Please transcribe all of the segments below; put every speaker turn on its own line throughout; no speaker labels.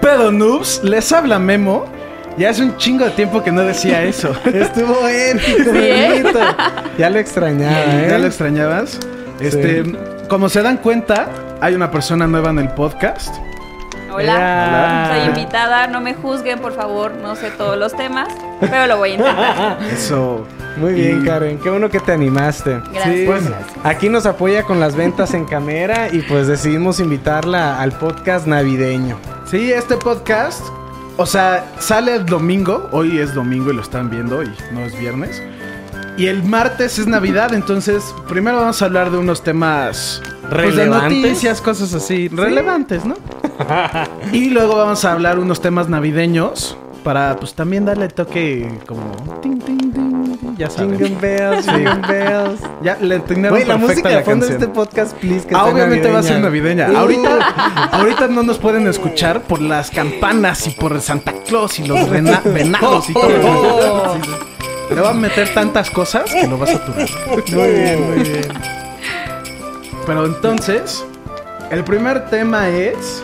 pedo, noobs? Les habla Memo. Ya hace un chingo de tiempo que no decía eso.
Estuvo épico, Memito. ¿Eh? Ya lo extrañaba, ¿eh?
¿eh? ¿Ya lo extrañabas? Este, como se dan cuenta, hay una persona nueva en el podcast.
Hola.
Hola.
soy invitada. No me juzguen, por favor. No sé todos los temas, pero lo voy a intentar.
Eso.
Muy bien,
Y-
Karen. Qué bueno que te animaste.
Gracias.
Pues
Gracias.
aquí nos apoya con las ventas en Camera y pues decidimos invitarla al podcast navideño.
Sí, este podcast, o sea, sale el domingo, hoy es domingo y lo están viendo y no es viernes. Y el martes es Navidad, entonces primero vamos a hablar de unos temas pues, de
¿Relevantes?
noticias, cosas así, relevantes, ¿no? y luego vamos a hablar unos temas navideños para pues también darle toque como ting, ting, ting, ting, ya
Jingle
saben.
bells, jingle bells.
Ya le entendieron
Güey, la música de fondo
canción.
de este podcast, please, que
Ah,
sea
obviamente va a ser
navideña.
navideña.
Uh.
Ahorita, ahorita no nos pueden escuchar por las campanas y por el Santa Claus y los rena- venados y todo. Sí, sí. Le va a meter tantas cosas que lo vas a turar.
Muy bien,
Uh.
muy bien.
Pero entonces, el primer tema es.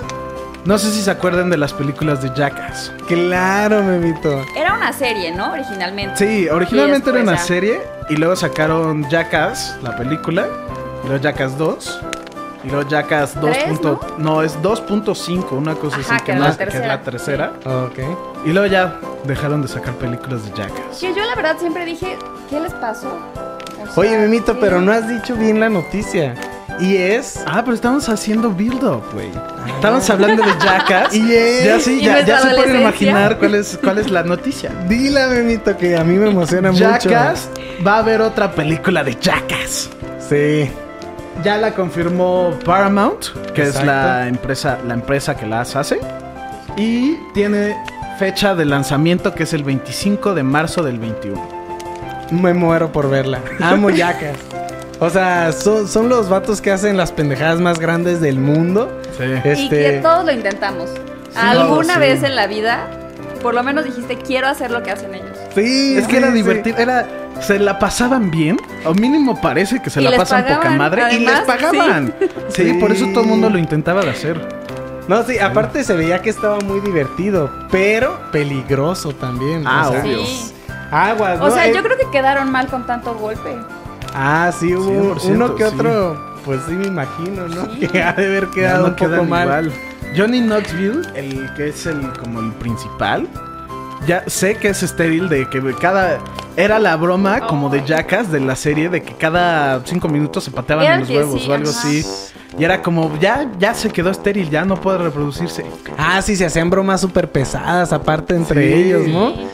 No sé si se acuerdan de las películas de Jackass.
Claro, Memito.
Era una serie, ¿no? Originalmente.
Sí, originalmente
Y después
era una
ya.
serie y luego sacaron Jackass, la película, y luego Jackass 2. Y luego Jackass 2.
Tres,
punto- no? es 2.5, una cosa
Ajá,
así que,
que
no
la
es- que es la tercera.
Ok.
Y luego ya dejaron de sacar películas de Jackass.
Que yo la verdad siempre dije, ¿qué les pasó? O
Oye,
sea,
Memito,
¿qué?
pero no has dicho bien la noticia. Y es...
Ah, pero estamos haciendo build-up, güey. Estábamos hablando de Jackass.
Y es-
Ya sí,
Y
ya,
nuestra
ya se pueden
adolescencia.
imaginar cuál es, cuál es la noticia.
Dila, Memito, que a mí me emociona
Jackass va a haber otra película de Jackass.
mucho. Sí.
Ya la confirmó Paramount, que es la
Exacto.
empresa, la empresa que las hace. Y tiene fecha de lanzamiento que es el 25 de marzo del 21.
Me muero por verla. Amo Jackass. O sea, son, son los vatos que hacen las pendejadas más grandes del mundo.
Sí.
Y que
Este,
todos lo intentamos.
todos,
Alguna
sí.
vez en la vida, por lo menos dijiste, quiero hacer lo que hacen ellos.
sí,
Es que era
sí, sí.
divertido, era se la pasaban bien, o mínimo parece que se
Y
la
les
pasan poca
pagaban,
madre y les
además,
pagaban. Sí.
Sí.
por eso todo el mundo lo intentaba de hacer.
No, sí, aparte se veía que estaba muy divertido, pero peligroso también.
Ah,
o sea,
obvio.
Sí.
Aguas,
O
¿no?
sea,
Eh,
yo creo que quedaron mal con tanto golpe.
Ah, sí, hubo
100%,
uno que
sí.
otro. Pues sí, me imagino, ¿no?
Sí.
Que ha de haber quedado
Ya
un poco
quedan
mal.
igual. Johnny Knoxville, el que es el como el principal, ya sé que es estéril de que cada era la broma como de Jackass de la serie de que cada cinco minutos se pateaban
Era
en los
que
huevos
sí,
o algo
ajá.
así. Y era como ya ya se quedó estéril, ya no puede reproducirse.
Ah, sí, se hacían bromas súper pesadas, aparte entre
Sí.
ellos, ¿no?
Sí.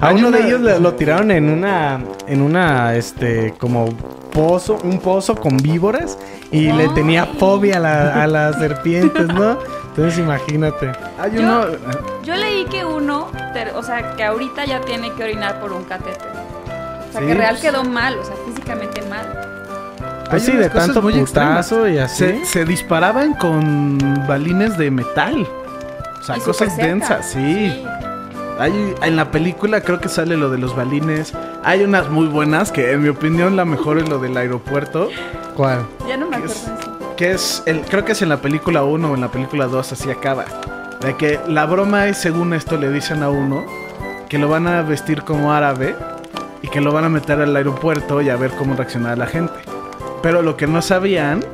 A
Hay
uno de
una-
ellos le- lo tiraron en una, en una, este, como pozo, un pozo con víboras y le
Ay.
tenía fobia a, la- a las serpientes, ¿no? Entonces imagínate.
Hay
Yo-
uno
Yo leí que uno, ter- o sea, que ahorita ya tiene que orinar por un catéter. O sea,
Sí,
que real
pues.
quedó mal, o sea, físicamente mal.
Pues
Hay
sí,
unas
de
cosas
tanto
muy
putazo y así.
se, se disparaban con balines de metal. O sea,
Y súper
cosas
cerca.
densas, sí. Hay- en la película creo que sale lo de los balines. Hay unas muy buenas que en mi opinión la mejor es lo del aeropuerto.
¿Cuál?
Ya no me
¿Qué
acuerdo
es?
de eso.
Que es, el, creo que es en la película 1 o en la película 2, así acaba. De que la broma es, según esto, le dicen a uno que lo van a vestir como árabe y que lo van a meter al aeropuerto y a ver cómo reacciona la gente. Pero lo que no sabían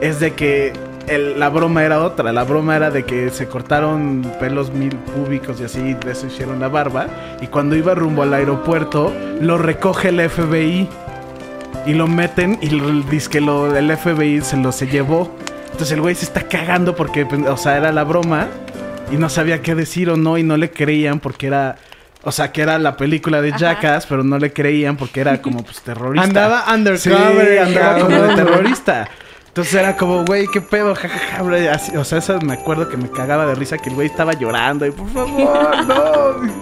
es de que el- la broma era otra. La broma era de que se cortaron pelos mil púbicos y así, de eso hicieron la barba. Y cuando iba rumbo al aeropuerto, lo recoge el FBI y lo meten y dice que lo, el FBI se lo se llevó. Entonces el güey se está cagando porque, pues, o sea, era la broma y no sabía qué decir o no y no le creían porque era, o sea, que era la película de
Ajá.
Jackass, pero no le creían porque era como pues terrorista.
Andaba
Sí,
undercover,
andaba como de
cabrón.
terrorista. Entonces era como, güey, qué pedo, jajaja, bro, y así, o sea, eso me acuerdo que me cagaba de risa que el güey estaba llorando y por favor, no. y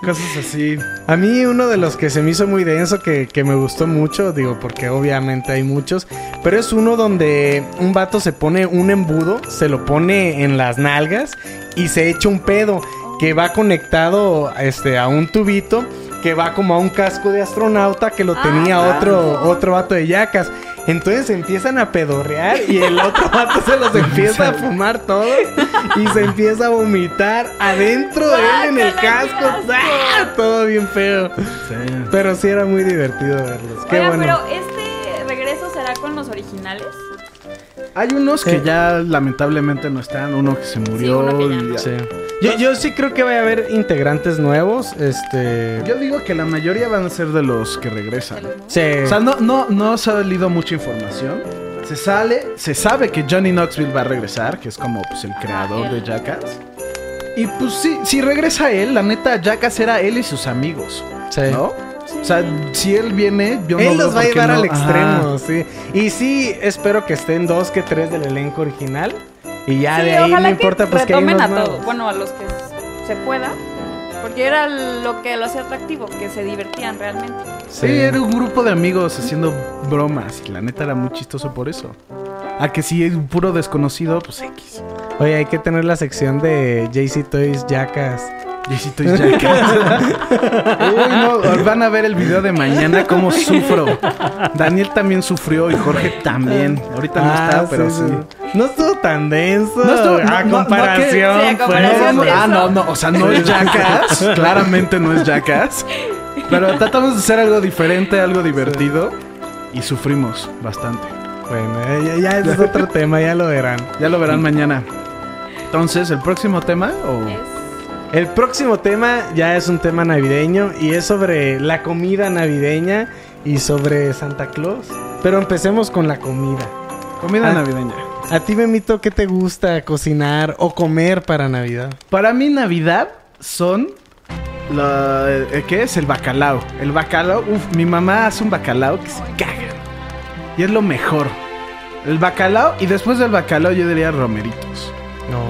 Cosas así.
A mí uno de los que se me hizo muy denso, que, que me gustó mucho, digo, porque obviamente hay muchos, pero es uno donde un vato se pone un embudo, se lo pone en las nalgas y se echa un pedo que va conectado este, a un tubito que va como a un casco de astronauta que lo
Ah,
tenía
claro.
otro, otro vato de yacas. Entonces empiezan a pedorrear y el otro vato se los empieza a fumar todos y se empieza a vomitar adentro de él en el
Guácala, qué
casco.
asco.
¡Ah! Todo bien feo.
Sí.
Pero sí era muy divertido verlos. Qué
Oigan,
bueno.
pero este regreso será con los originales.
Hay unos que
Eh.
ya lamentablemente no están, uno que se murió.
Sí, uno que ya
y-
no.
Sí. Yo, yo sí creo que va a haber integrantes nuevos. Este.
Yo digo que la mayoría van a ser de los que regresan.
de los nuevos.
Sí.
O sea, no, no, no ha salido mucha información. Se sale, se sabe que Johnny Knoxville va a regresar, que es como pues, el creador de Jackass. Y pues sí, si regresa él, la neta, Jackass era él y sus amigos,
sí.
¿no? O sea, si él viene, yo no
Él
veo
los va a
por qué
llevar
no.
al
Ajá.
extremo, sí. Y sí, espero que estén dos que tres del elenco original. Y ya
Sí,
de ahí
ojalá
no
que
importa, pues que hay
retomen
unos
a todos.
nuevos.
Bueno, a los que se pueda. Porque era lo que lo hacía atractivo, que se divertían realmente.
Sí, era un grupo de amigos haciendo bromas. Y la neta era muy chistoso por eso. A que si es un puro desconocido, pues X.
Oye, hay que tener la sección de JC Toys Jackas.
Y si estoy Jackass. Uy, no, van a ver el video de mañana cómo sufro. Daniel también sufrió y Jorge también. Ahahorita
Ah,
no está, pero sí.
No estuvo tan denso.
No estuvo- no, no,
a
no,
comparación,
que- sí, a
pues.
comparación
No, no,
de-
ah, no, no, o sea, no es Jackass. Claramente no es Jackass. Pero tratamos de hacer algo diferente, algo divertido. Y sufrimos bastante.
Bueno, ya, ya ese es otro tema, ya lo verán.
Ya lo verán mañana. Entonces, ¿el próximo tema? O...
Es-
El próximo tema ya es un tema navideño y es sobre la comida navideña y sobre Santa Claus. Pero empecemos con la comida.
Comida
Ah.
navideña.
A ti, Memito, ¿qué te gusta cocinar o comer para Navidad?
Para mí Navidad son... La, eh, ¿Qué es? El bacalao. El bacalao, uff, mi mamá hace un bacalao que se caga. Y es lo mejor. El bacalao y después del bacalao yo diría romeritos.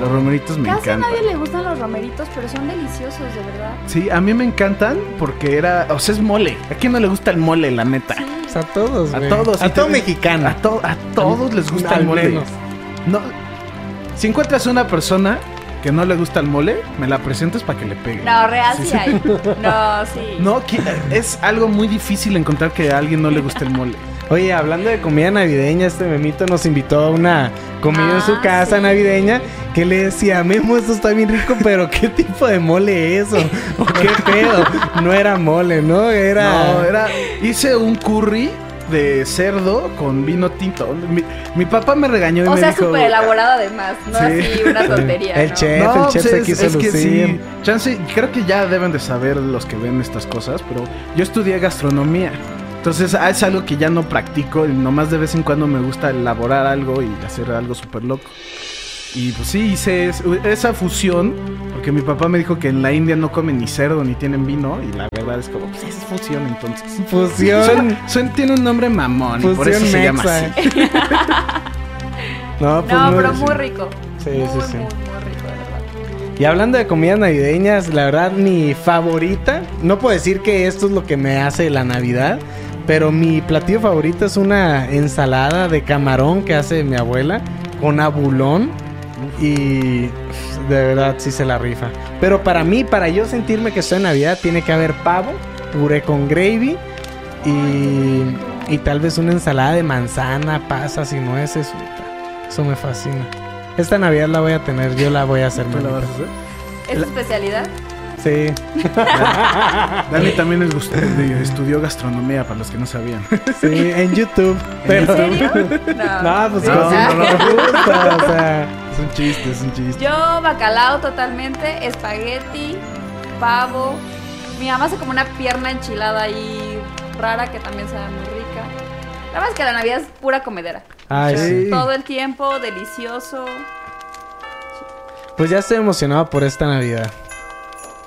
Los romeritos me
Casi a
encantan.
nadie le gustan los romeritos, pero son deliciosos, de verdad.
Sí, a mí me encantan porque era... O sea, es mole. ¿A quién no le gusta el mole, la neta?
Pues a todos,
A
güey.
todos.
A todo
Entonces,
mexicano.
A, to- a todos les gusta
Al
el mole.
menos.
No, si encuentras una persona que no le gusta el mole, me la presentes para que le pegue.
No, real sí, hay. No, sí.
No, que- eh, es algo muy difícil encontrar que a alguien no le guste el mole.
Oye, hablando de comida navideña, este Memito nos invitó a una comida en su
Ah,
casa
sí.
navideña que le decía, Memo, esto está bien rico, pero ¿qué tipo de mole es eso? ¿O qué pedo? No era mole, ¿no? Era...
No, era. Hice un curry de cerdo con vino tinto. Mi, mi papá me regañó y
O
me
sea,
dijo. "Ah,
súper elaborado además, no
Sí.
así una tontería.
El
¿no?
chef,
No,
el chef
pues
se
es-
quiso
es que sí,
lucir.
chance- creo que ya deben de saber los que ven estas cosas, pero yo estudié gastronomía. Entonces ah, es algo que ya no practico y nomás de vez en cuando me gusta elaborar algo y hacer algo súper loco. Y pues sí, hice es- esa fusión, porque mi papá me dijo que en la India no comen ni cerdo ni tienen vino, y la verdad es como, pues es fusión entonces.
Fusión.
Suena- suena- tiene un nombre mamón, y por eso
Fusión
se llama
mexa.
así.
No, pues
No,
muy-
pero muy rico.
Sí,
muy,
sí, sí.
Muy, muy rico, de verdad.
Y hablando de comidas navideñas, la verdad mi favorita, no puedo decir que esto es lo que me hace la Navidad, pero mi platillo favorito es una ensalada de camarón que hace mi abuela con abulón y de verdad sí se la rifa. Pero para mí, para yo sentirme que estoy en Navidad, tiene que haber pavo, puré con gravy y, y tal vez una ensalada de manzana, pasas y nueces. puta, Eso me fascina. Esta Navidad la voy a tener, yo la voy a hacer.
¿Tú la
manita.
vas a hacer?
¿Es tu especialidad?
Sí.
Dani también es gust- de- estudió gastronomía, para los que no sabían.
Sí, en YouTube.
¿En
Pero...
¿En serio? No,
No, pues
sí,
no,
o sea,
no,
cosas
no.
que me gustan, o sea,
Es un chiste, es un chiste.
Yo bacalao totalmente, espagueti, pavo. Mi mamá hace como una pierna enchilada ahí rara que también sabe muy rica. La verdad es que la Navidad es pura comedera.
Ay,
Sí.
sí.
Todo el tiempo, delicioso.
Pues ya estoy emocionado por esta Navidad.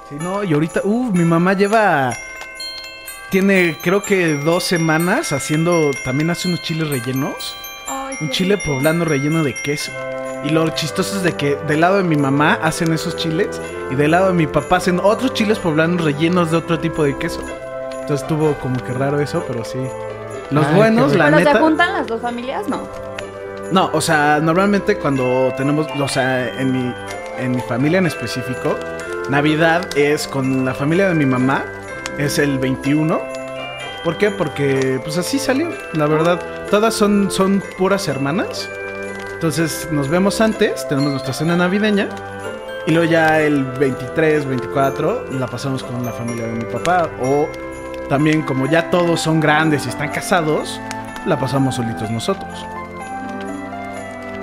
Sí, no, y ahorita, uff, mi mamá lleva. Tiene, creo que dos semanas haciendo. También hace unos chiles rellenos.
Ay,
Un
qué
chile
rico.
poblano relleno de queso. Y lo chistoso es de que del lado de mi mamá hacen esos chiles. Y del lado de mi papá hacen otros chiles poblanos rellenos de otro tipo de queso. Entonces estuvo como que raro eso, pero sí. Los
Ay,
buenos,
qué
la
¿Pero
neta.
se juntan las dos familias? No.
No, o sea, normalmente cuando tenemos, o sea, en mi, en mi familia en específico, Navidad es con la familia de mi mamá, es el 21, ¿Por qué? Porque pues así salió, la verdad. Todas son, son puras hermanas. Entonces nos vemos antes, tenemos nuestra cena navideña. Y luego ya el 23, 24 la pasamos con la familia de mi papá. O también como ya todos son grandes y están casados, la pasamos solitos nosotros.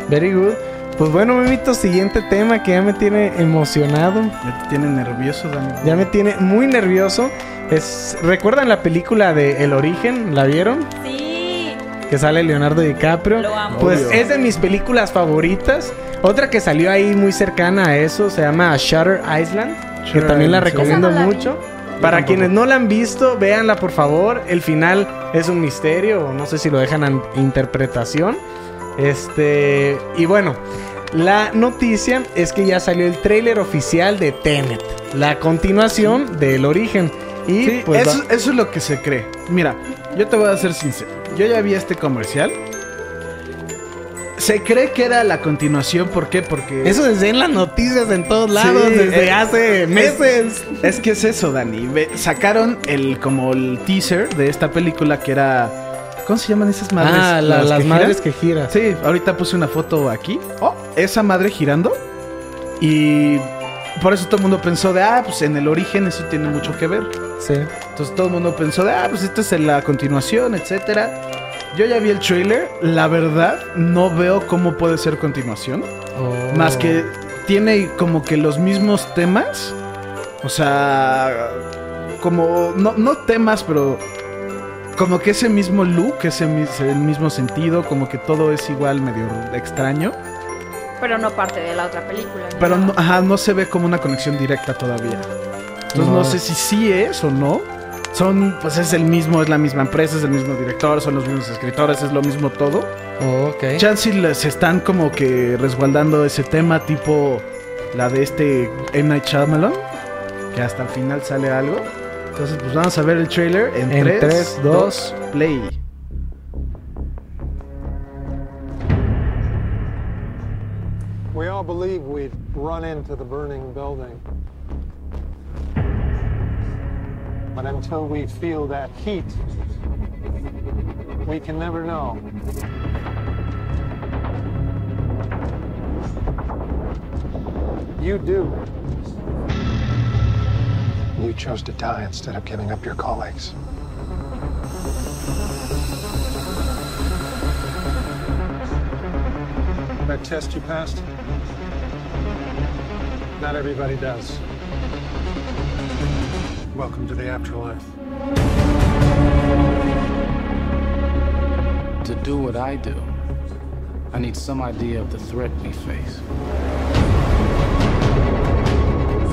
Very good. Pues bueno, Mimito, siguiente tema que ya me tiene emocionado.
Me tiene nervioso, Dani.
Ya me tiene muy nervioso. Es, ¿Recuerdan la película de El Origen? ¿La vieron?
Sí.
Que sale Leonardo DiCaprio.
Lo amo.
Pues
Obvio.
es de mis películas favoritas. Otra que salió ahí muy cercana a eso se llama Shutter Island. que
Shutter
también la
Island, sí.
recomiendo
Esa no la vi.
mucho. Para
tampoco.
quienes no la han visto, véanla por favor. El final es un misterio, o no sé si lo dejan a interpretación. Este. Y bueno, la noticia es que ya salió el tráiler oficial de Tenet, la continuación del origen. Y
Sí,
pues.
eso,
va-
eso es lo que se cree. Mira, yo te voy a ser sincero. Yo ya vi este comercial. Se cree que era la continuación, ¿por qué? Porque
Eso desde en las noticias en todos lados,
Sí,
desde
eh,
hace meses.
es que es eso, Dani. Ve- sacaron el como el teaser de esta película que era ¿Cómo se llaman esas madres?
ah, la- las
que
madres
giran?
que
Sí,
giran.
ahorita puse una foto aquí. Oh, esa madre girando. Y por eso todo el mundo pensó de, ah, pues en el origen eso tiene mucho que ver.
Sí.
Entonces todo el mundo pensó de, ah, pues esta es la continuación, etcétera. Yo ya vi el trailer, la verdad no veo cómo puede ser continuación.
Oh.
Más que tiene como que los mismos temas. O sea, como, no, no temas, pero como que ese mismo look, ese, mis- el mismo sentido, como que todo es igual, medio extraño.
Pero no parte de la otra película.
Pero no, ajá, no se ve como una conexión directa todavía. Entonces no.
No.
sé si sí es o no. Son, pues es el mismo, es la misma empresa, es el mismo director, son los mismos escritores, es lo mismo todo.
Oh, ok.
Chance y les están como que resguardando ese tema, tipo la de este M. Night Shyamalan, que hasta el final sale algo. Entonces, pues vamos a ver el trailer en,
En
3,
tres,
2,
dos.
play.
We all believe we've run into the burning building. But until we feel that heat, we can never know. You do. You chose to die instead of giving up your colleagues. That test you passed? Not everybody does. Welcome to the afterlife.
To do what I do, I need some idea of the threat we face.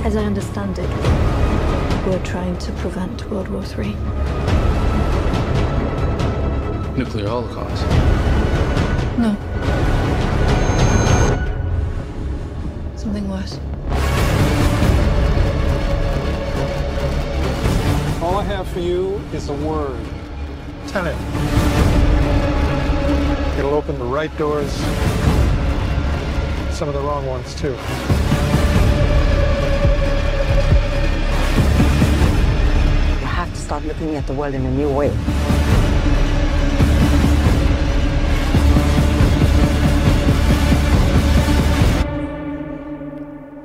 As I understand it, we're trying to prevent World War III.
Nuclear holocaust.
No. Something worse.
All I have for you is a word. Tenet. It'll open the right doors, some of the wrong ones too.
You have to start looking at the world in a new way.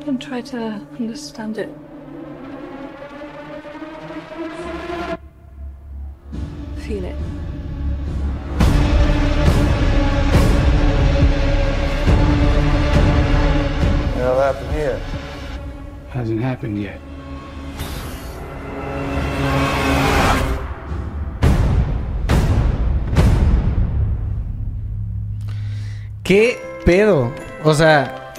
And try to understand it. Feel it.
Hasn't happened yet.
¿Qué pedo? O sea,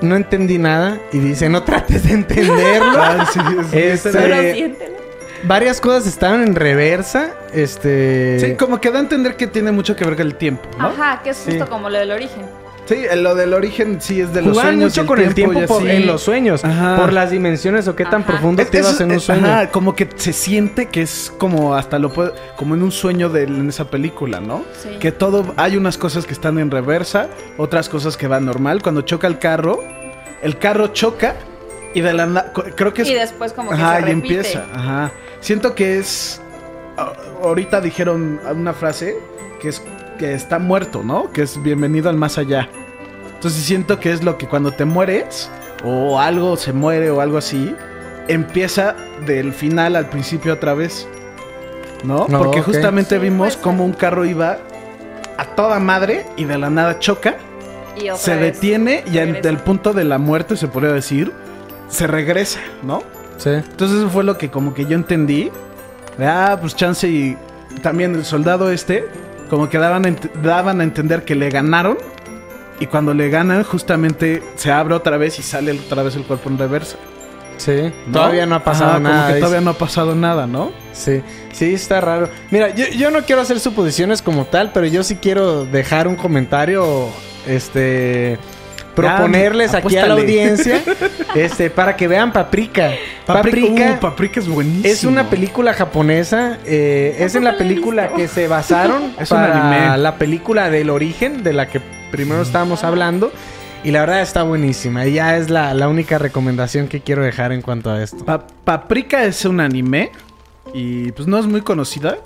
no entendí nada y dice, no trates de entenderlo.
Ah, sí, es-
Este-
Pero
eh,
siéntelo.
Varias cosas estaban en reversa. Este...
Sí, como que da a entender que tiene mucho que ver con el tiempo, ¿no?
Ajá, que es justo
Sí.
como lo del origen.
Sí, eh, lo del origen sí es de los
Jugaban
sueños.
mucho con el tiempo
y
por-
así.
en los sueños,
Ajá.
por las dimensiones o qué tan
Ajá.
profundo
Es-
te ibas
eso-
en un
es-
sueño.
Ajá, como que se siente que es como hasta lo puede, como en un sueño de en esa película, ¿no?
Sí.
Que todo hay unas cosas que están en reversa, otras cosas que van normal. Cuando choca el carro, el carro choca y de la na- co- creo que es
Y después como que
ajá,
se
y
repite.
empieza, ajá. Siento que es a- ahorita dijeron una frase que es que está muerto, ¿no? Que es bienvenido al más allá. Entonces siento que es lo que cuando te mueres o algo se muere o algo así, empieza del final al principio otra vez. ¿No?
No,
Porque
ok.
justamente
Sí,
vimos
puede ser.
cómo un carro iba a toda madre y de la nada choca,
Y otra
se
vez
detiene y ante
regresa.
el punto de la muerte, se podría decir, se regresa, ¿no?
Sí.
Entonces eso fue lo que como que yo entendí. De, Ah, pues chance y también el soldado este, como que daban a, ent- daban a entender que le ganaron. Y cuando le ganan, justamente se abre otra vez y sale otra vez el cuerpo en reversa.
Sí. Todavía no ha pasado
Ajá, como
nada.
que
dice.
todavía no ha pasado nada, ¿no?
Sí, sí, está raro. Mira, yo, yo no quiero hacer suposiciones como tal, pero yo sí quiero dejar un comentario, este, proponerles
Ya,
aquí a la
apuéstale.
audiencia, este, para que vean Paprika. Paprika,
uh, Paprika es buenísimo.
es una película japonesa, eh, es en la
Tampoco la he
película
visto.
que se basaron
Es un
para
anime.
la película del origen de la que primero estábamos hablando. Y la verdad está buenísima. Y ya es la, la única recomendación que quiero dejar en cuanto a esto.
Pa- Paprika es un anime y pues no es muy conocida.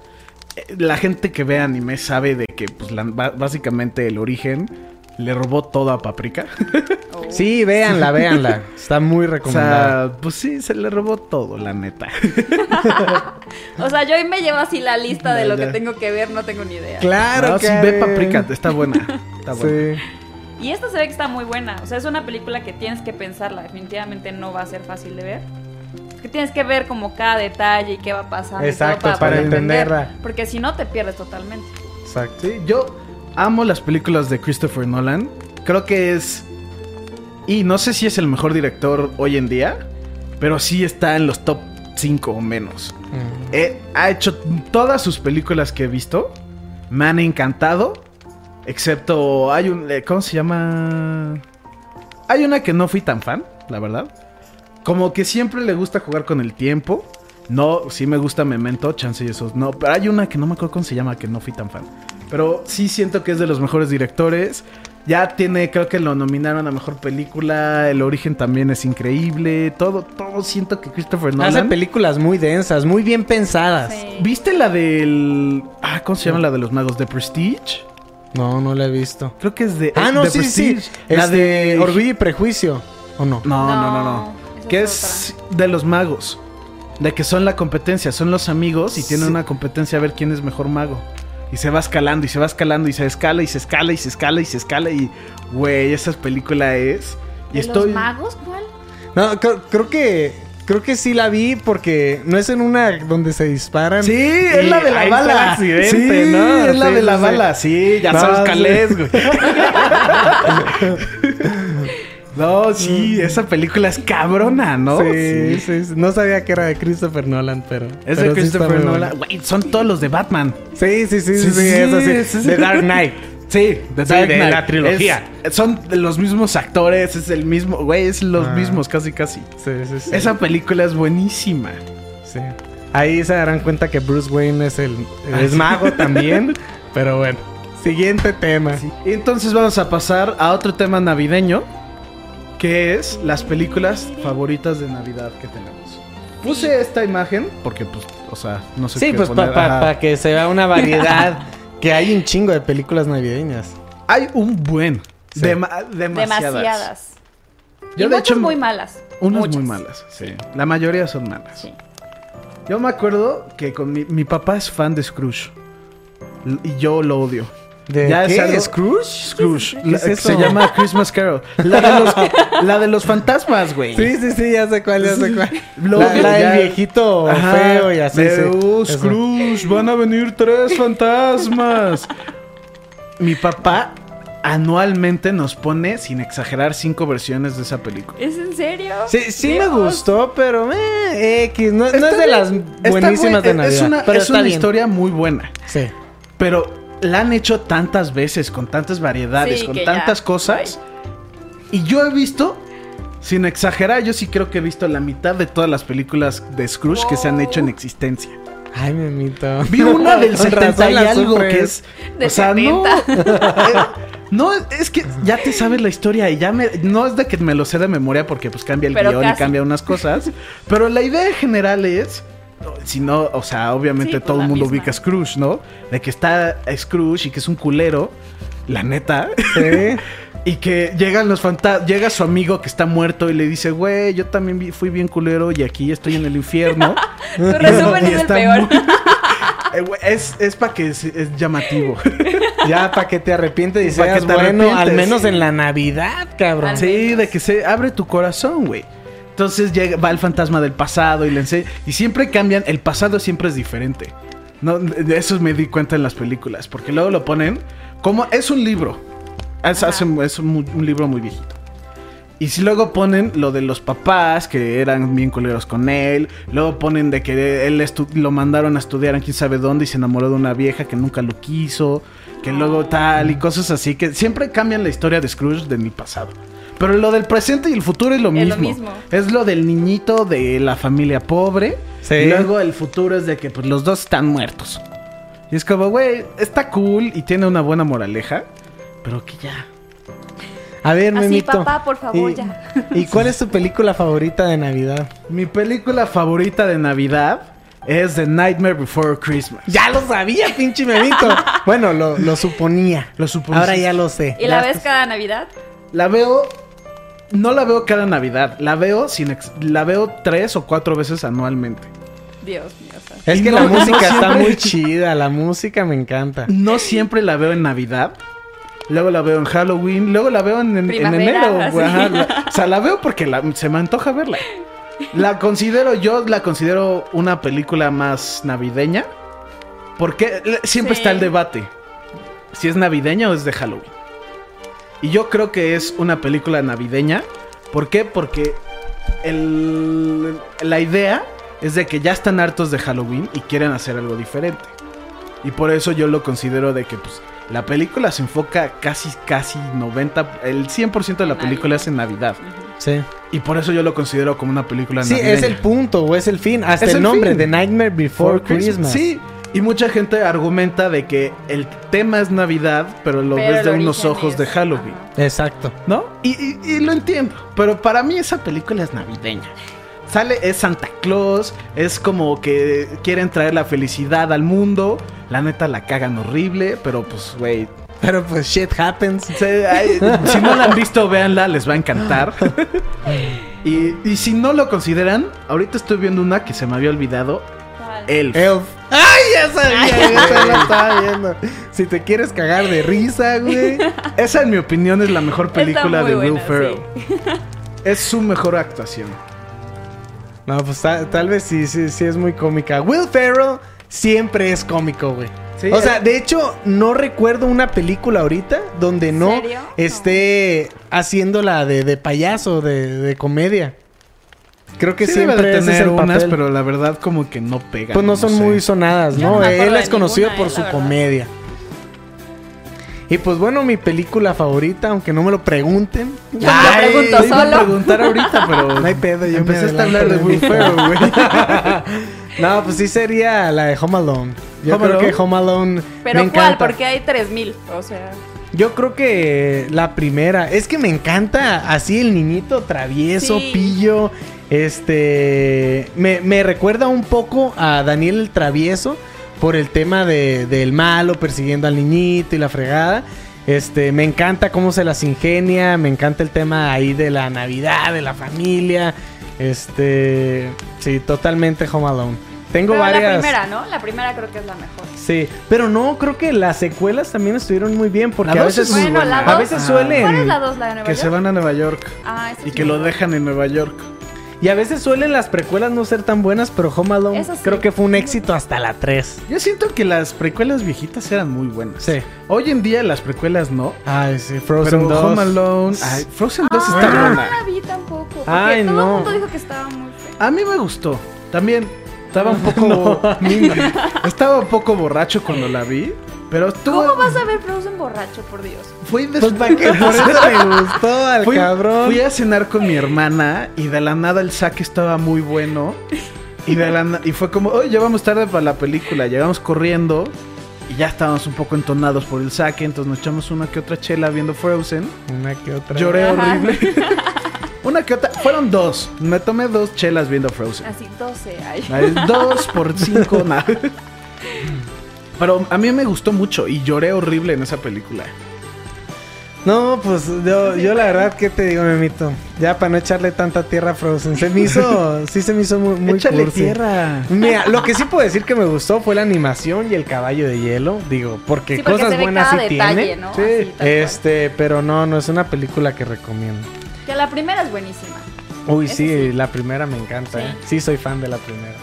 Eh, La gente que ve anime sabe de que pues la- ba- básicamente el origen le robó todo a Paprika.
Oh.
Sí, véanla, véanla. Está muy
O
recomendada.
sea, pues sí, se le robó todo, la neta.
O sea, yo hoy me llevo así la lista de lo que
Ya.
tengo que ver, no tengo ni idea.
Claro
No,
que
sí, ve Paprika, está buena. Está buena.
Sí.
Y esta se ve que está muy buena. O sea, es una película que tienes que pensarla. Definitivamente no va a ser fácil de ver. Que tienes que ver como cada detalle y qué va pasando. y todo
Exacto, para
poder
entenderla.
Porque si no, te pierdes totalmente.
Exacto.
Sí, yo amo las películas de Christopher Nolan. Creo que es. Y no sé si es el mejor director hoy en día, pero sí está en los top 5 o menos. Eh, ha hecho todas sus películas que he visto. Me han encantado. Excepto hay un... eh, ¿Cómo se llama? Hay una que no fui tan fan, la verdad. Como que siempre le gusta jugar con el tiempo. No, sí me gusta Memento, Chance y esos. No, pero hay una que no me acuerdo cómo se llama, que no fui tan fan. Pero sí siento que es de los mejores directores. Ya tiene, creo que lo nominaron a mejor película. El origen también es increíble. Todo, todo siento que Christopher Nolan.
Hace películas muy densas, muy bien pensadas.
Sí.
¿Viste la del. Ah, ¿cómo se llama la de los magos? ¿De Prestige?
No, no la he visto.
Creo que es de.
Ah, no,
de
sí,
Prestige.
sí. Este,
La de.
Orgullo y Prejuicio. ¿O no?
No, no, no, no.
No, esa
Que
es
es de los magos. De que son la competencia, son los amigos y tienen
Sí.
una competencia a ver quién es mejor mago. Y se va escalando y se va escalando y se escala y se escala y se escala y se escala y. Güey, esa película es. Y
¿De
estoy.
¿Los magos cuál?
No, creo, creo que. Creo que sí la vi porque no es en una donde se disparan.
Sí, es
Y
la de la
ahí está el
bala.
accidente,
sí,
¿no?
es la
Sí,
de la
sí, sí.
bala. Sí, ya
No,
sabes
sí.
cuál es, güey. no, sí, esa película es cabrona, ¿no?
Sí, sí, sí. No sabía que era de Christopher Nolan, pero.
Es
pero
de
sí está
Christopher
muy
Nolan.
buena.
Güey, son todos los de Batman.
Sí, sí, sí,
Sí,
sí, sí,
sí,
eso sí.
sí, sí.
The Dark Knight.
Sí, de,
Sí, de la trilogía.
Es- son de los mismos actores, es el mismo, güey, es los
Ah.
mismos casi casi.
Sí, sí, sí.
Esa película es buenísima.
Sí. Ahí se darán cuenta que Bruce Wayne es el es mago también, pero bueno. Siguiente tema.
Entonces vamos a pasar a otro tema navideño, que es las películas favoritas de Navidad que tenemos. Puse esta imagen porque, pues, o sea, no sé
Sí,
qué
pues para
poner. Ajá.
que se vea una variedad que hay un chingo de películas navideñas.
Hay un buen.
Sí.
dema- demasiadas.
Demasiadas.
Yo,
y
de
muchas
hecho,
muy malas.
unas
Muchas.
muy malas. Sí. La mayoría son malas.
Sí.
Yo me acuerdo que con mi, mi papá es fan de Scrooge. L- Y yo lo odio.
¿De
Ya
qué?
es algo-
¿Scrooge?
Scrooge.
¿Qué
la-
es eso?
Se llama Christmas Carol. La de los, la de los fantasmas, güey.
Sí, sí, sí, ya sé cuál, ya sé cuál.
Lo
la
odio,
la del
ya.
viejito
Ajá,
feo y así.
de,
sí.
"Oh,
Eso.
Scrooge, van a venir tres fantasmas. Mi papá anualmente nos pone, sin exagerar, cinco versiones de esa película.
¿Es en serio?
Sí, sí me
Dios.
gustó, pero eh, X, no, no es de
Está
las
bien, está
buenísimas de
buen-
Navidad.
Es una,
pero
es
está
una
bien.
historia muy buena.
Sí.
Pero la han hecho tantas veces, con tantas variedades,
Sí,
con
que
tantas
ya.
cosas. Y yo he visto, sin exagerar, yo sí creo que he visto la mitad de todas las películas de Scrooge que se han hecho en existencia.
Ay, me mito.
Vi una del
Con razón
70 y
la
algo que
sufres.
es.
De
o sea, no.
70.
No, es que ya te sabes la historia y ya me. No es de que me lo sé de memoria porque pues cambia el
Pero
guión y
casi.
cambia unas cosas. Pero la idea en general es. si no, o sea, obviamente
Sí, pues,
todo el
la
mundo
misma.
ubica a Scrooge, ¿no? De que está Scrooge y que es un culero, la neta.
Sí.
Y que llegan los fantasmas, llega su amigo que está muerto y le dice, güey, yo también vi- fui bien culero y aquí estoy en el infierno.
Tu resumen
Y
es el
está
peor.
muy- Eh, güey, es es para que es, es llamativo.
Ya para que te arrepientes y
Pa' que
seas
te
bueno, al
arrepientes.
menos en la Navidad, cabrón.
Al
sí,
menos.
de que se abre tu corazón, güey. Entonces llega, va el fantasma del pasado y le enseña. Y siempre cambian, el pasado siempre es diferente. No, de eso me di cuenta en las películas, porque luego lo ponen como es un libro. Es, hace- es un, mu- un libro muy viejito. Y si luego ponen lo de los papás que eran bien culeros con él, luego ponen de que él estu- lo mandaron a estudiar en quién sabe dónde y se enamoró de una vieja que nunca lo quiso, que
Ah.
luego tal y cosas así, que siempre cambian la historia de Scrooge de mi pasado. Pero lo del presente y el futuro es lo
Es
mismo.
lo mismo.
Es lo del niñito de la familia pobre.
Sí.
Y luego el futuro es de que pues, los dos están muertos. Y es como, güey, está cool y tiene una buena moraleja, pero que ya.
A ver,
Así,
Memito.
papá, por favor,
¿y-
ya.
¿Y cuál es tu película favorita de Navidad?
Mi película favorita de Navidad es The Nightmare Before Christmas.
Ya lo sabía, pinche Memito. Pues bueno, lo, lo suponía.
Lo supuse.
Ahora ya lo sé.
¿Y
Ya
la ves
estás-
cada Navidad?
La veo. No la veo cada Navidad. La veo sin ex- la veo tres o cuatro veces anualmente.
Dios mío. o sea.
Es
Y
que
no-
la
no
música está
siempre-
muy chida, la música me encanta.
No siempre la veo en Navidad. Luego la veo en Halloween. Luego la veo en, en- en
Primavera,
enero. güey.
así.
Ajá, la- o sea, la veo porque la- se me antoja verla. La considero, yo la considero una película más navideña. Porque le- siempre
Sí.
está el debate. Si es navideña o es de Halloween. Y yo creo que es una película navideña. ¿Por qué? Porque el- la idea es de que ya están hartos de Halloween y quieren hacer algo diferente. Y por eso yo lo considero de que pues, la película se enfoca casi, casi 90, el 100% de la película es en Navidad.
Sí.
Y por eso yo lo considero como una película
Sí,
navideña.
es el punto o es el fin. Hasta
Es
el,
el
nombre,
fin.
The Nightmare Before
For Christmas.
Christmas.
Sí, y mucha gente argumenta de que el tema es Navidad, pero lo
Pero
ves
el
de
origen
unos ojos
es-
de Halloween.
ajá.
Exacto.
¿no? Y, y- y lo entiendo, pero para mí esa película es navideña. Sale, es Santa Claus, es como que quieren traer la felicidad al mundo. La neta la cagan horrible, pero pues, güey.
Pero pues shit happens.
se- ay, Si no la han visto, véanla, les va a encantar. Y, y si no lo consideran, ahorita estoy viendo una que se me había olvidado:
¿Cuál?
Elf.
Elf. ¡Ay, ya sabía! esa la estaba viendo. Si te quieres cagar de risa, güey.
Esa, en mi opinión, es la mejor
Está
película
muy
de Will
buena,
Ferrell.
sí.
Es su mejor actuación.
No, pues ta- tal vez sí, sí, sí es muy cómica. Will Ferrell siempre es cómico, güey.
Sí, eh.
o sea,
es-
de hecho, no recuerdo una película ahorita donde no
¿Serio?
esté haciéndola de, de payaso, de, de comedia. Creo que
Sí, debe de
siempre ese es
tener
el
unas,
papel.
pero la verdad, como que no pegan.
Pues no son
sé.
muy sonadas,
Yo no
¿no?
me acuerdo
Él
de
es conocido
ninguna,
por
eh,
su
la verdad.
comedia. Y pues bueno, mi película favorita, aunque no me lo pregunten.
Yo me lo pregunto
te iba a
solo.
preguntar ahorita, pero.
No hay pedo, yo
Empezaste
me
a hablar de
adelanto
Will
de
Ferrell,
mí.
güey.
No, pues sí sería la de Home Alone. Yo
¿Home
creo
Alone?
que Home Alone
Pero
me
¿cuál?
encanta.
Porque hay 3000. O sea,
Yo creo que la primera. Es que me encanta así el niñito travieso,
Sí.
pillo. Este. Me, me recuerda un poco a Daniel el travieso. Por el tema de, del malo persiguiendo al niñito y la fregada. Este, me encanta cómo se las ingenia. Me encanta el tema ahí de la Navidad, de la familia. Este. Sí, totalmente Home Alone. Tengo
pero
varias.
la primera, ¿no? La primera creo que es la mejor.
Sí, pero no, creo que las secuelas también estuvieron muy bien porque
La
a
dos
veces,
es muy
Bueno, la
buena.
dos-
a veces
Ah.
suelen
¿Cuál es la 2? ¿La de Nueva
Que
York?
se van a Nueva York.
Ah, esa
Y
es
que
muy
lo
buena.
dejan en Nueva York.
y a veces suelen las precuelas no ser tan buenas, pero Home Alone
Eso sí.
creo que fue un éxito hasta la 3.
Yo siento que las precuelas viejitas eran muy buenas.
Sí.
Hoy en día las precuelas no.
Ay, sí,
Pero
Frozen 2.
Home Alone. Ay, Frozen 2
Ah,
está
yo
buena.
No la vi tampoco. Porque
Ay,
todo
no.
el mundo dijo que estaba muy fea.
A mí me gustó. También estaba un poco.
a mí
Estaba un poco borracho cuando la vi. Pero estuvo.
¿Cómo vas a ver Frozen borracho, por Dios?
Fui de
Pues para que por eso me gustó al
fui,
cabrón.
fui a cenar con mi hermana y de la nada el saque estaba muy bueno. Y, de la na- y fue como, hoy llegamos tarde para la película. Llegamos corriendo y ya estábamos un poco entonados por el saque. Entonces nos echamos una que otra chela viendo Frozen.
Una que otra.
Lloré
Ajá.
horrible. Una que otra. Fueron dos. Me tomé dos chelas viendo Frozen.
Así, 12. Ay.
Ahí, Dos por cinco. nada. Pero a mí me gustó mucho y lloré horrible en esa película.
No, pues yo, yo la verdad, ¿qué te digo, Memito? Ya para no echarle tanta tierra a Frozen. Se me hizo, sí se me hizo muy, muy
Échale
cursi.
tierra.
Mira, lo que sí puedo decir que me gustó fue la animación y el caballo de hielo. Digo, porque,
Sí, porque
cosas
se ve
buenas sí
cada detalle,
tiene.
¿no?
Sí,
Así, tal cual.
este, pero no, no es una película que recomiendo.
Que la primera es buenísima.
Uy,
Eso
sí,
sí.
la primera me encanta,
Sí.
¿eh? Sí, soy fan de la primera.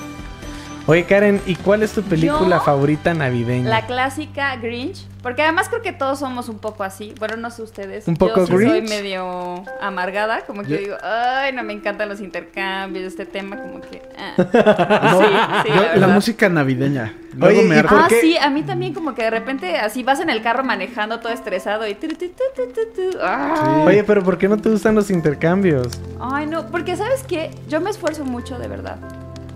Oye, Karen, ¿y cuál es tu película
Yo,
favorita navideña?
La clásica Grinch. Porque además creo que todos somos un poco así. Bueno, no sé ustedes.
¿Un poco
Yo sí soy
Grinch?
medio amargada. Como que
Yo-
digo, ay, no me encantan los intercambios. Este tema, como que. ah".
No,
sí, sí,
yo-
la
la,
verdad.
música navideña. Luego
Oye,
me
¿y
harto.
por
Ah,
qué?
sí, a mí también como que de repente así vas en el carro manejando todo estresado y... tu, tu, tu, tu, tu, tu, ah.
Oye, pero ¿por qué no te gustan los intercambios?
Ay, no, porque sabes qué, yo me esfuerzo mucho de verdad.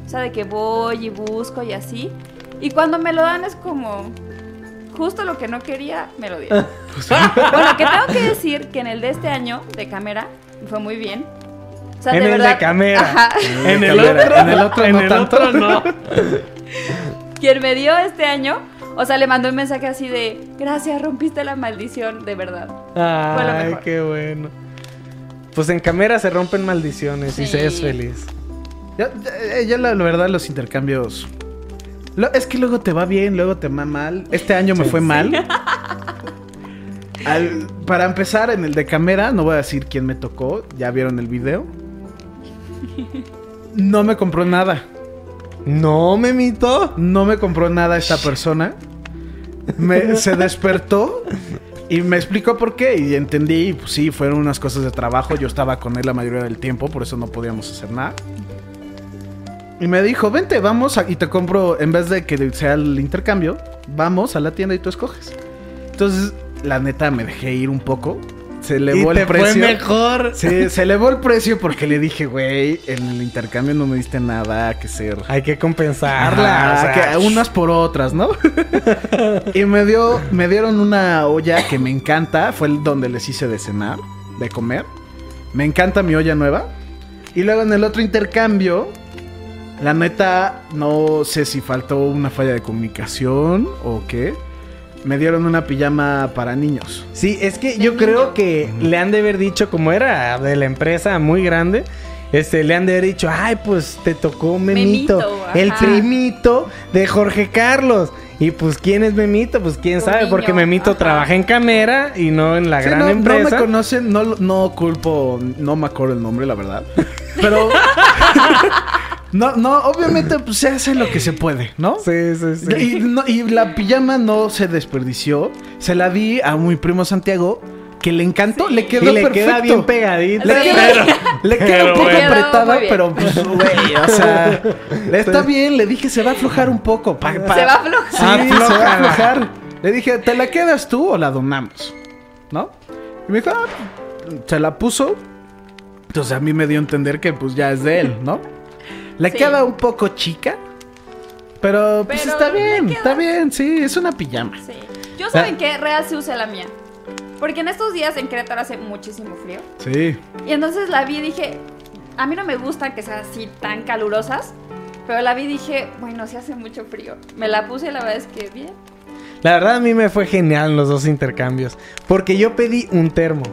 O sea, de que voy y busco y así. Y cuando me lo dan es como... Justo lo que no quería, me lo dieron.
Pues
bueno, que tengo que decir que en el de este año, de cámara, me fue muy bien. O sea,
En
de
el de
verdad...
Camera.
Ajá.
En el
Cabrera,
otro,
en el otro no tanto.
quien me dio este año, o sea, le mandó un mensaje así de, gracias, rompiste la maldición, de verdad. Fue lo
Ay,
mejor.
qué bueno. Pues en Camera se rompen maldiciones y
Sí.
se es feliz.
Yo, yo- yo la, la verdad, los intercambios. lo- es que luego te va bien, luego te va mal. Este año me fue mal. Al- para empezar, en el de Camera, no voy a decir quién me tocó, ya vieron el video. No me compró nada.
No, Memito.
No me compró nada esta persona. Me- se despertó y me explicó por qué. Y entendí, y, pues sí, fueron unas cosas de trabajo. Yo estaba con él la mayoría del tiempo, por eso no podíamos hacer nada. Y me dijo, vente, vamos a- y te compro, en vez de que sea el intercambio, vamos a la tienda y tú escoges. Entonces, la neta, me dejé ir un poco. Se
y
elevó
te
el precio.
fue mejor.
Sí, se elevó el precio porque le dije, güey, en el intercambio no me diste nada que ser.
Hay que compensarla.
Ajá,
o sea,
Ah, que unas por otras, ¿no? y me dio, me dieron una olla que me encanta, fue el donde les hice de cenar, de comer. Me encanta mi olla nueva. Y luego en el otro intercambio, la neta, no sé si faltó una falla de comunicación o qué. Me dieron una pijama para niños.
Sí, es que yo creo que le han de haber dicho, como era de la empresa muy grande, este, le han de haber dicho, ay, pues te tocó Memito,
Memito, ajá.
el primito de Jorge Carlos. Y pues, ¿quién es Memito? Pues, ¿quién
Un
sabe? Porque
niño,
Memito
ajá.
trabaja en Camera y no en la
Sí,
gran
no, no me
empresa.
conocen, no, no culpo, no me acuerdo el nombre, la verdad. Pero. no, no, obviamente pues, se hace lo que se puede, ¿no?
Sí, sí, sí.
Y, no- y la pijama no se desperdició. Se la di a mi primo Santiago, que le encantó, le
Y
quedó
le
perfecto.
queda bien pegadito.
Le
Sí.
queda, le queda
pero
un poco
bueno.
apretada,
Quedó muy
pero pues, güey, o sea, le está bien. Le dije, se va a aflojar un poco. pa- pa-
Se va a aflojar.
Sí, se va a aflojar. Le dije, ¿te la quedas tú o la donamos? ¿No? Y me dijo, ah, se la puso. Entonces a mí me dio a entender que pues ya es de él, ¿no? Le
Sí.
queda un poco chica. Pero pues
Pero
está
le
bien,
queda.
está bien, sí, es una pijama.
Sí. Yo
Ah.
saben que real sí usé la mía. Porque en estos días en Querétaro hace muchísimo frío.
Sí.
Y entonces la vi y dije, a mí no me gusta que sean así tan calurosas. Pero la vi y dije, bueno, sí hace mucho frío. Me la puse y la verdad es que bien.
La verdad a mí me fue genial en los dos intercambios. Porque yo pedí un termo.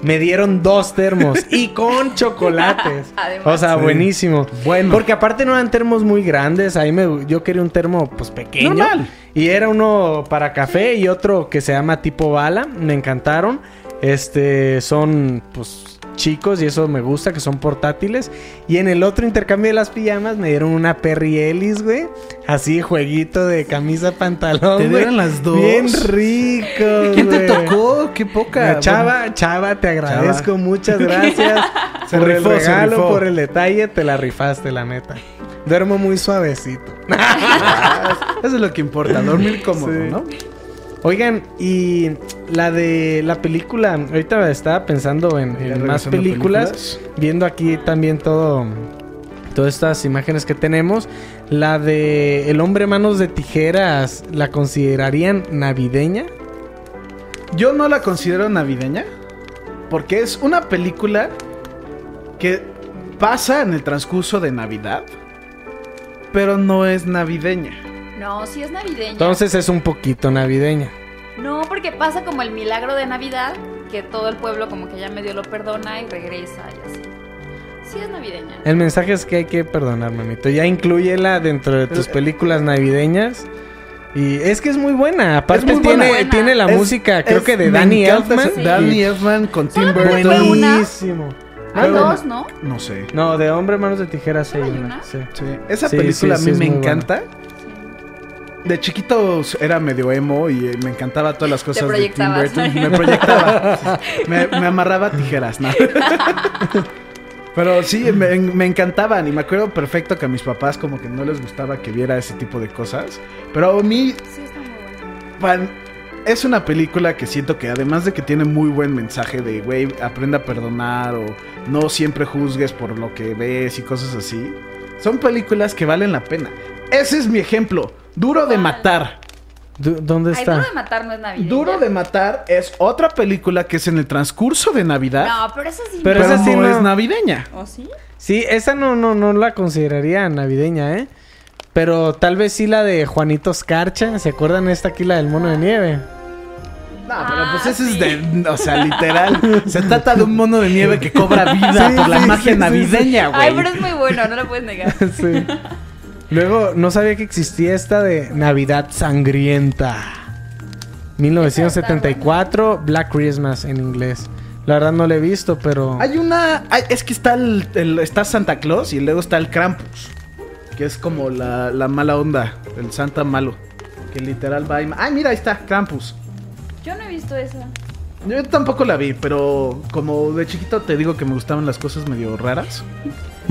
Me dieron dos termos y con chocolates.
Además.
o sea,
Sí.
buenísimo.
Bueno.
Porque aparte no eran termos muy grandes. Ahí me, yo quería un termo pues pequeño.
Normal.
Y era uno para café y otro que se llama tipo bala. Me encantaron. Este son pues chicos y eso me gusta que son portátiles. Y en el otro intercambio de las pijamas me dieron una Perry Ellis, güey. Así jueguito de camisa pantalón.
¿Te
güey.
dieron las dos?
Bien rico.
¿Quién te
güey.
tocó? Qué poca.
La Chava, Chava, te agradezco,
Chava.
muchas gracias
Se
por
rifó,
el
se
regalo,
rifó.
por el detalle, te la rifaste, la neta. Duermo muy suavecito.
Bueno, eso es lo que importa, dormir cómodo,
Sí.
¿no?
Oigan, y la de la película, ahorita estaba pensando en,
Ya
en más
regresando a
películas,
películas.
viendo aquí también todo, todas estas imágenes que tenemos. La de El hombre manos de tijeras, ¿la considerarían navideña?
Yo no la considero navideña porque es una película que pasa en el transcurso de Navidad, pero no es navideña.
No, sí es navideña.
Entonces es un poquito navideña.
No, porque pasa como el milagro de Navidad, que todo el pueblo como que ya medio lo perdona y regresa y así. Sí es navideña.
El mensaje es que hay que perdonar, mamito. Ya incluyela dentro de
eh,
tus películas navideñas. Y es que es muy buena. Aparte
muy
tiene,
buena.
Buena.
tiene la
Es-
música, creo
es-
que de
me
Danny
encanta
Elfman.
ese-
Y-
Danny Elfman con Tim
Solamente
Burton.
fue una.
Buenísimo.
Ah, dos, ¿no?
No sé.
No, de Hombre Manos de Tijeras hay
¿Solo hay
una,
una?
sí.
Sí, Esa
Sí,
película
sí,
a
sí,
mí
es
me
muy buena.
encanta. De chiquito era medio emo y eh, me encantaba todas las cosas de Tim
proyectabas.
Burton. Me proyectaba. me, me amarraba tijeras, ¿no? Pero sí, me, me encantaban y me acuerdo perfecto que a mis papás como que no les gustaba que viera ese tipo de cosas. Pero a mí
Sí está muy buena.
Pan- es una película que siento que además de que tiene muy buen mensaje de, güey, aprenda a perdonar o no siempre juzgues por lo que ves y cosas así, son películas que valen la pena. Ese es mi ejemplo. Duro de
¿Cuál?
matar.
Du- ¿Dónde
Ay, Duro
está?
de Matar no es navideña.
Duro de matar es otra película que es en el transcurso de Navidad,
No, pero esa sí.
Pero
pero,
esa sí
no
no.
es navideña.
¿O sí?
Sí, esa no, no, no la consideraría navideña, ¿eh? Pero tal vez sí la de Juanito Scarcha. ¿Se acuerdan esta aquí, la del mono de nieve?
No, pero pues
Ah,
ese es
sí.
de, o sea, literal, se trata de un mono de nieve que cobra vida
Sí,
por la
sí, sí,
magia
sí, sí.
navideña, Ah, güey.
Ay, pero es muy bueno, no lo puedes negar.
Sí. Luego, no sabía que existía esta de Navidad Sangrienta. 1974, Black Christmas en inglés. La verdad no la he visto, pero...
Hay una. hay- es que está el, el- está Santa Claus y luego está el Krampus. Que es como la, la mala onda. El Santa malo. Que literal va y. ¡Ay, mira! Ahí está, Krampus.
Yo no he visto esa.
Yo tampoco la vi, pero como de chiquito te digo que me gustaban las cosas medio raras.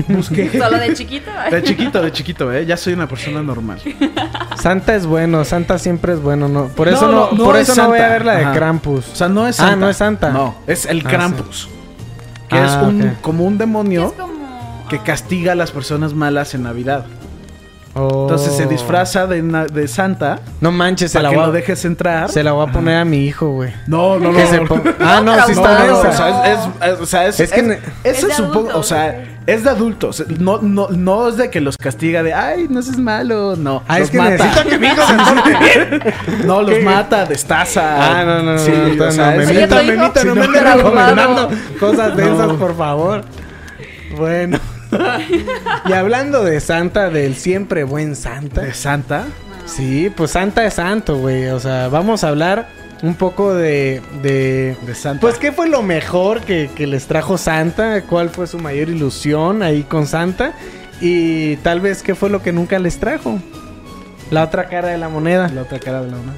Busqué.
Solo de chiquito.
De chiquito, de chiquito, ¿eh? Ya soy una persona normal.
Santa es bueno, Santa siempre es bueno, ¿no? Por eso
No,
no,
no, no
por
es
eso no voy a
Santa.
ver la de
Ajá.
Krampus.
O sea, no es
Ah,
Santa.
no es Santa.
No, es el
Ah,
Krampus. Que
Ah,
es un,
ok.
como un demonio
Es como. ah,
que castiga a las personas malas en Navidad.
Oh.
Entonces se disfraza de, na- de Santa.
No manches, se
para
la,
que
voy
lo
a,
dejes entrar.
se la voy a poner a mi hijo, güey.
No, no, no.
Que se
no.
ponga- Ah, no, sí
No,
está
no,
en
o
esa.
sea, es, es- es- o sea, es,
Es que
es-
ne-
ese
Es de
supongo-
adultos,
o sea, es de adultos. No, no, no es de que los castiga de, ay, no seas malo. No,
Ah,
los
es que
mata.
necesito que mi hijo se porte bien.
No, los mata, destaza.
Ah, no, no, no.
Sí,
no,
o
entonces
sea,
no,
es-
Oye,
Memita,
tu hijo
Memita, no
sí
me
está
andes
traumado.
recomendando cosas de
No.
esas, por favor. Bueno. y hablando de Santa, del siempre buen Santa.
de Santa.
Sí, pues Santa es santo, güey. O sea, vamos a hablar un poco de... de
De Santa.
pues, ¿qué fue lo mejor que, que les trajo Santa? ¿Cuál fue su mayor ilusión ahí con Santa? Y tal vez, ¿qué fue lo que nunca les trajo? La otra cara de la moneda.
la otra cara de la una.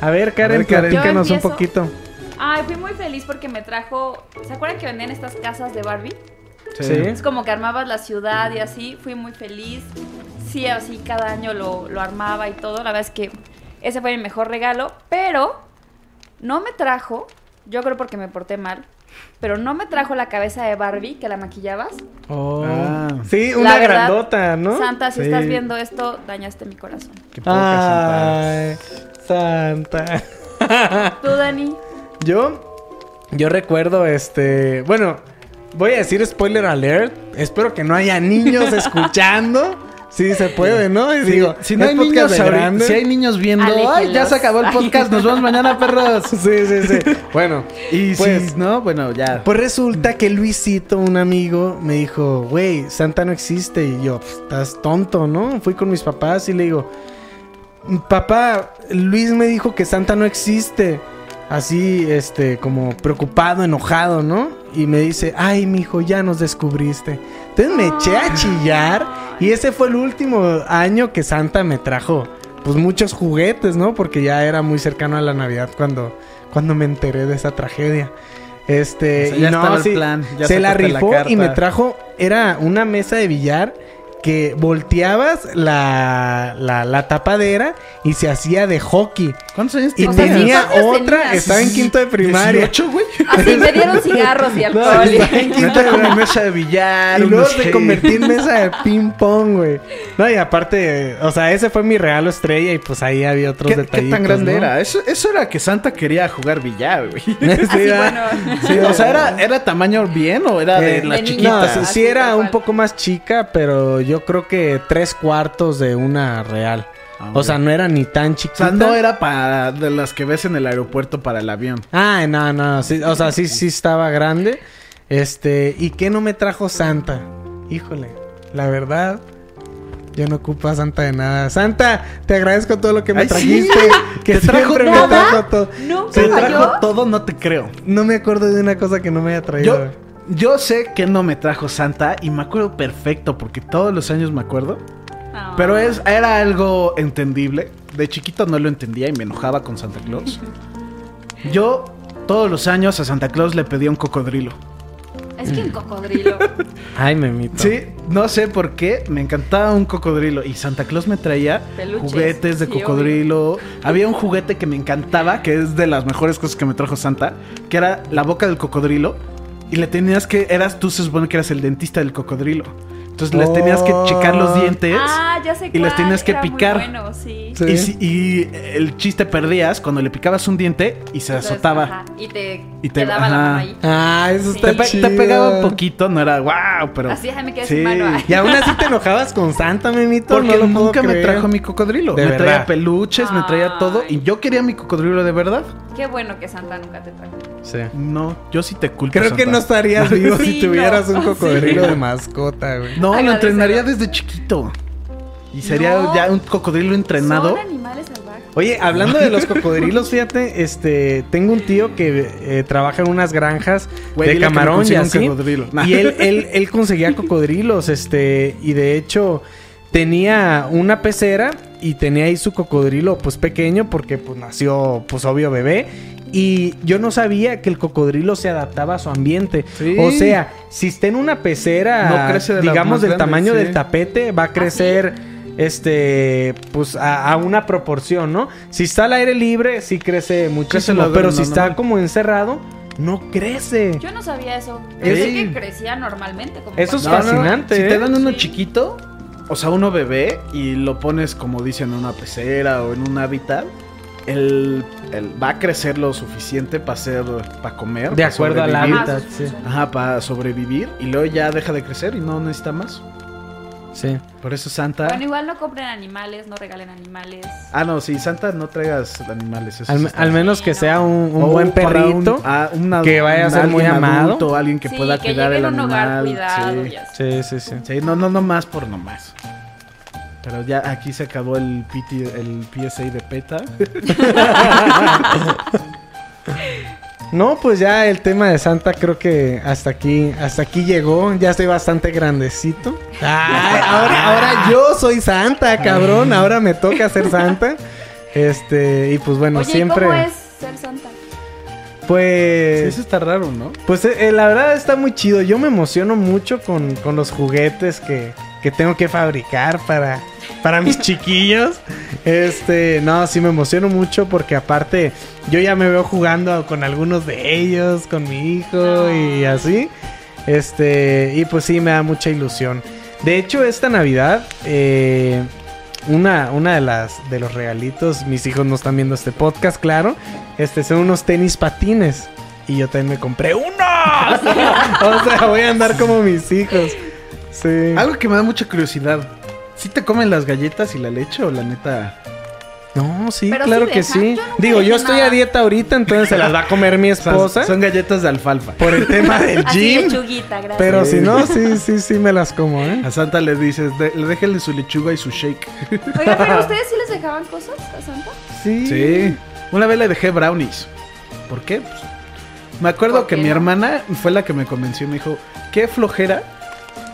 A ver, Karen,
ver, Karen.
platícanos
Yo
un
empiezo.
poquito.
Ay, fui muy feliz porque me trajo. ¿Se acuerdan que vendían estas casas de Barbie?
Sí.
Es como que armabas la ciudad y así, fui muy feliz. Sí, así cada año lo, lo armaba y todo. La verdad es que ese fue mi mejor regalo, pero no me trajo, yo creo porque me porté mal, pero no me trajo la cabeza de Barbie que la maquillabas.
Oh.
Ah.
Sí,
La
una
verdad,
grandota, ¿no?
Santa, si
Sí.
estás viendo esto, dañaste mi corazón.
Qué poca Santa.
Ay, Santa.
Tú, Dani,
Yo, yo recuerdo este. Bueno, voy a decir spoiler alert. Espero que no haya niños escuchando. Sí, se puede, ¿no? Y digo,
Si no
es
hay
podcast
niños
de
ahorita-
grandes.
si hay niños viendo, ay, ya
Aléjenlos.
se acabó el podcast, nos vemos mañana, perros.
Sí, sí, sí. Bueno,
Y
Pues-
si no, bueno, ya.
Pues resulta que Luisito, un amigo, me dijo, güey, Santa no existe. Y yo, "Pf, estás tonto, ¿no? Fui con mis papás y le digo, papá, Luis me dijo que Santa no existe. Así, este, como preocupado, enojado, ¿no? Y me dice, ay, mijo, ya nos descubriste. Entonces me eché a chillar. Y ese fue el último año que Santa me trajo, pues muchos juguetes, ¿no? Porque ya era muy cercano a la Navidad cuando, cuando me enteré de esa tragedia. Este,
O sea, ya
y no,
estaba el
sí,
plan, ya
se la
sacaste la
rifó y me
carta.
trajo, era una mesa de billar que volteabas la, la, la tapadera y se hacía de hockey.
¿Cuántos años
Y
O sea,
tenía
¿cuántos años
otra,
tenías?
estaba en quinto de primaria.
18, güey.
Así me dieron cigarros y alcohol. y-
estaba en
Me
quinto de
trajo una mesa de billar.
Y luego
unos
te
gel.
convertí en mesa de ping pong, güey. No, y aparte, o sea, ese fue mi regalo estrella y pues ahí había otros
¿Qué,
detallitos.
qué tan grande
¿no?
Ah,
era? Eso, eso era que Santa quería jugar billar, güey.
Sí,
Así,
va.
bueno.
Sí, o sea, ¿era, ¿era tamaño bien o era de
Eh,
la
de niño.
chiquita?
No, sí, sí
Así,
era
Ah, tal
un
cual.
poco más chica, pero yo creo que tres cuartos de una real. O sea, no era ni tan
Ah, O
chiquita.
sea, no era para de las que ves en el aeropuerto para el avión.
Ah, no, no. sí, o sea, sí, sí estaba grande. Este, ¿y qué no me trajo Santa? Híjole, la verdad, yo no ocupo a Santa de nada. Santa, te agradezco todo lo que me
Ay, sí.
trajiste. Que
¿Te trajo
siempre me
nada?
trajo todo.
Nunca
Te
Sí,
falló.
trajo todo, no te creo.
No me acuerdo de una cosa que no me haya traído.
Yo, yo sé que no me trajo Santa y me acuerdo perfecto porque todos los años me acuerdo.
Ah.
Pero es, era algo entendible. De chiquito no lo entendía y me enojaba con Santa Claus. Yo todos los años a Santa Claus le pedía un cocodrilo.
Es que un cocodrilo.
Ay, memito.
Sí, no sé por qué, me encantaba un cocodrilo y Santa Claus me traía
Peluches,
juguetes de
sí,
cocodrilo. Había un juguete que me encantaba, que es de las mejores cosas que me trajo Santa, que era la boca del cocodrilo y le tenías que eras tú se supone que eras el dentista del cocodrilo. Entonces les tenías que checar los
Oh.
dientes.
Ah, ya sé
Y les
cuál,
tenías que
era muy
picar.
Bueno, sí.
Sí.
Y, si- y el chiste perdías cuando le picabas un diente y se
Entonces,
azotaba.
ajá, y te,
Y
y
te-
te, daba la
ajá.
mano ahí.
Ah, eso
Sí.
está
Te, pe- te
chido.
pegaba un poquito, no era wow, pero.
Así, déjame que
Sí.
sin mano. ay.
Y aún así te enojabas con Santa, memito.
Porque
no lo puedo
nunca me
creer.
trajo mi cocodrilo.
De
me traía
verdad.
peluches, me traía todo. Y
Ay.
yo quería mi cocodrilo de verdad.
Qué bueno que Santa nunca te trajo.
Sí.
No, yo sí te culpo.
Creo que
Santa.
no estarías vivo
Sí,
si tuvieras
no.
un cocodrilo de mascota, güey.
No, lo
Agradecelo.
entrenaría desde chiquito. Y sería
No.
ya un cocodrilo entrenado.
Son animales salvajes.
Oye, hablando de los cocodrilos, fíjate, este, tengo un tío que eh, trabaja en unas granjas
Güey,
de
dile que me
camarón y
consiga un
así.
cocodrilo. Nah.
Y él, él, él conseguía cocodrilos, este, y de hecho tenía una pecera y tenía ahí su cocodrilo, pues pequeño, porque pues nació, pues obvio bebé. Y yo no sabía que el cocodrilo se adaptaba a su ambiente.
Sí.
O sea, si está en una pecera,
No crece de las más
digamos del
grandes,
tamaño
sí.
del tapete, va a crecer este pues a, a una proporción, ¿no? Si está al aire libre, sí crece muchísimo,
lo-
pero
no,
si
no,
está
no.
como encerrado, no crece.
Yo no sabía eso.
Sí.
Pensé que crecía normalmente. Como
Eso es
cuando-
fácil. fascinante,
Si
¿eh?
te dan uno
Sí.
chiquito, o sea, uno bebé, y lo pones, como dicen, en una pecera o en un hábitat, él, él va a crecer lo suficiente para ser, para comer.
De
pa'
acuerdo al
sobrevivir.
Ajá,
hábitat,
sus-
sí.
sus-
Ajá, para sobrevivir. Y luego ya deja de crecer y no necesita más.
Sí.
Por eso Santa.
Bueno, igual no compren animales, no regalen animales.
Ah, no, sí, Santa, no traigas animales. eso sí
Al,
está
al
bien.
menos que
Sí,
sea
¿no?
Oh, un, un
O
buen
para un-
perrito.
ah, una-
que vaya a
un
ser muy
alguien
amado.
adulto, alguien que
Sí,
pueda
que
cuidar
llegue
el
en un hogar
animal.
cuidado
sí.
y así.
Sí, sí, sí.
Sí, no, no, no más por nomás. Pero ya aquí se acabó el, PT, el PSA de PETA.
No, pues ya el tema de Santa creo que hasta aquí, hasta aquí llegó. Ya estoy bastante grandecito. Ay, ahora, ahora yo soy Santa, cabrón. Ahora me toca ser Santa. Este, y pues bueno,
Oye,
siempre.
¿y cómo es ser santa?
Pues.
Eso está raro, ¿no?
Pues eh, eh, la verdad está muy chido. Yo me emociono mucho con, con los juguetes que, que tengo que fabricar para, para mis chiquillos. Este, no, sí me emociono mucho porque aparte yo ya me veo jugando con algunos de ellos, con mi hijo y así. Este, y pues sí, me da mucha ilusión. De hecho, esta Navidad, eh, una, una de las de los regalitos, mis hijos no están viendo este podcast, claro. Este, son unos tenis patines. Y yo también me compré unos. o sea, voy a andar como mis hijos. Sí.
Algo que me da mucha curiosidad. ¿Sí te comen las galletas y la leche o la neta?
No, sí,
Pero
claro
sí
que
deja-
sí.
yo nunca
Digo, yo
dejé
estoy
nada.
a dieta ahorita, entonces se las va a comer mi
O sea,
esposa.
son galletas de alfalfa.
Por el tema del
Así
gym.
lechuguita, gracias.
Pero
Sí.
si no, sí, sí, sí me las como, ¿eh?
A Santa le dices, de- le déjenle su lechuga y su shake.
Oigan, ¿pero ustedes sí les dejaban cosas a santa?
Sí.
Sí. Una vez le dejé brownies. ¿Por qué? Pues, me acuerdo
¿Por
que
qué
mi
no?
hermana fue la que me convenció. Me dijo, qué flojera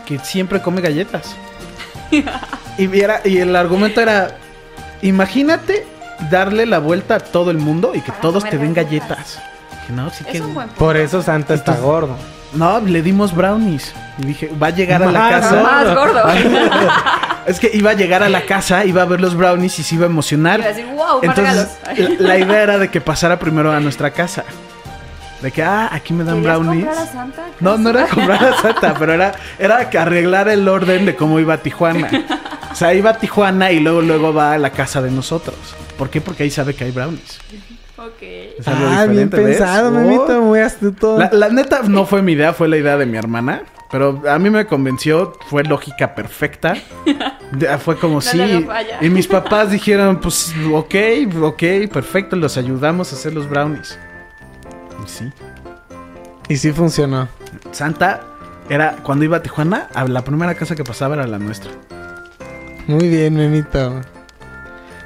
que siempre come galletas. y, era- y el argumento era, imagínate darle la vuelta a todo el mundo y que
Para
todos
comer
te den galletas.
galletas.
Dije, no, sí que...
Es un buen punto.
Por eso Santa está
Entonces-
gordo.
No, le dimos brownies. Y dije, va a llegar a la
Más
casa.
Más gordo.
Es que iba a llegar a la casa, iba a ver los brownies y se iba a emocionar.
Iba a decir, "Wow, más
Entonces,
regalos".
la, la idea era de que pasara primero a nuestra casa. De que, ah, aquí me dan
¿Querías
brownies.
comprar a Santa? ¿Qué
No,
es?
no era comprar a Santa, pero era, era que arreglar el orden de cómo iba a Tijuana. O sea, iba a Tijuana y luego, luego va a la casa de nosotros. ¿Por qué? Porque ahí sabe que hay brownies.
Ok.
Es algo
ah, bien
diferente, ¿ves?
pensado,
Oh.
mamita, muy astuto.
La, la neta no fue mi idea, fue la idea de mi hermana. Pero a mí me convenció, fue lógica perfecta. De- ah, fue como sí.
le dio falla.
y mis papás dijeron, pues ok, ok, perfecto, los ayudamos a hacer los brownies. Y sí.
Y sí funcionó.
Santa era, cuando iba a Tijuana, a la primera casa que pasaba era la nuestra.
Muy bien, mamita.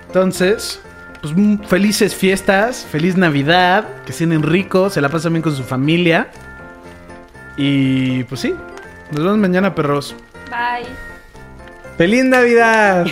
Entonces, pues mm, felices fiestas, feliz Navidad, que tienen rico, se la pasan bien con su familia. Y pues sí, nos vemos mañana, perros.
Bye.
¡Feliz Navidad!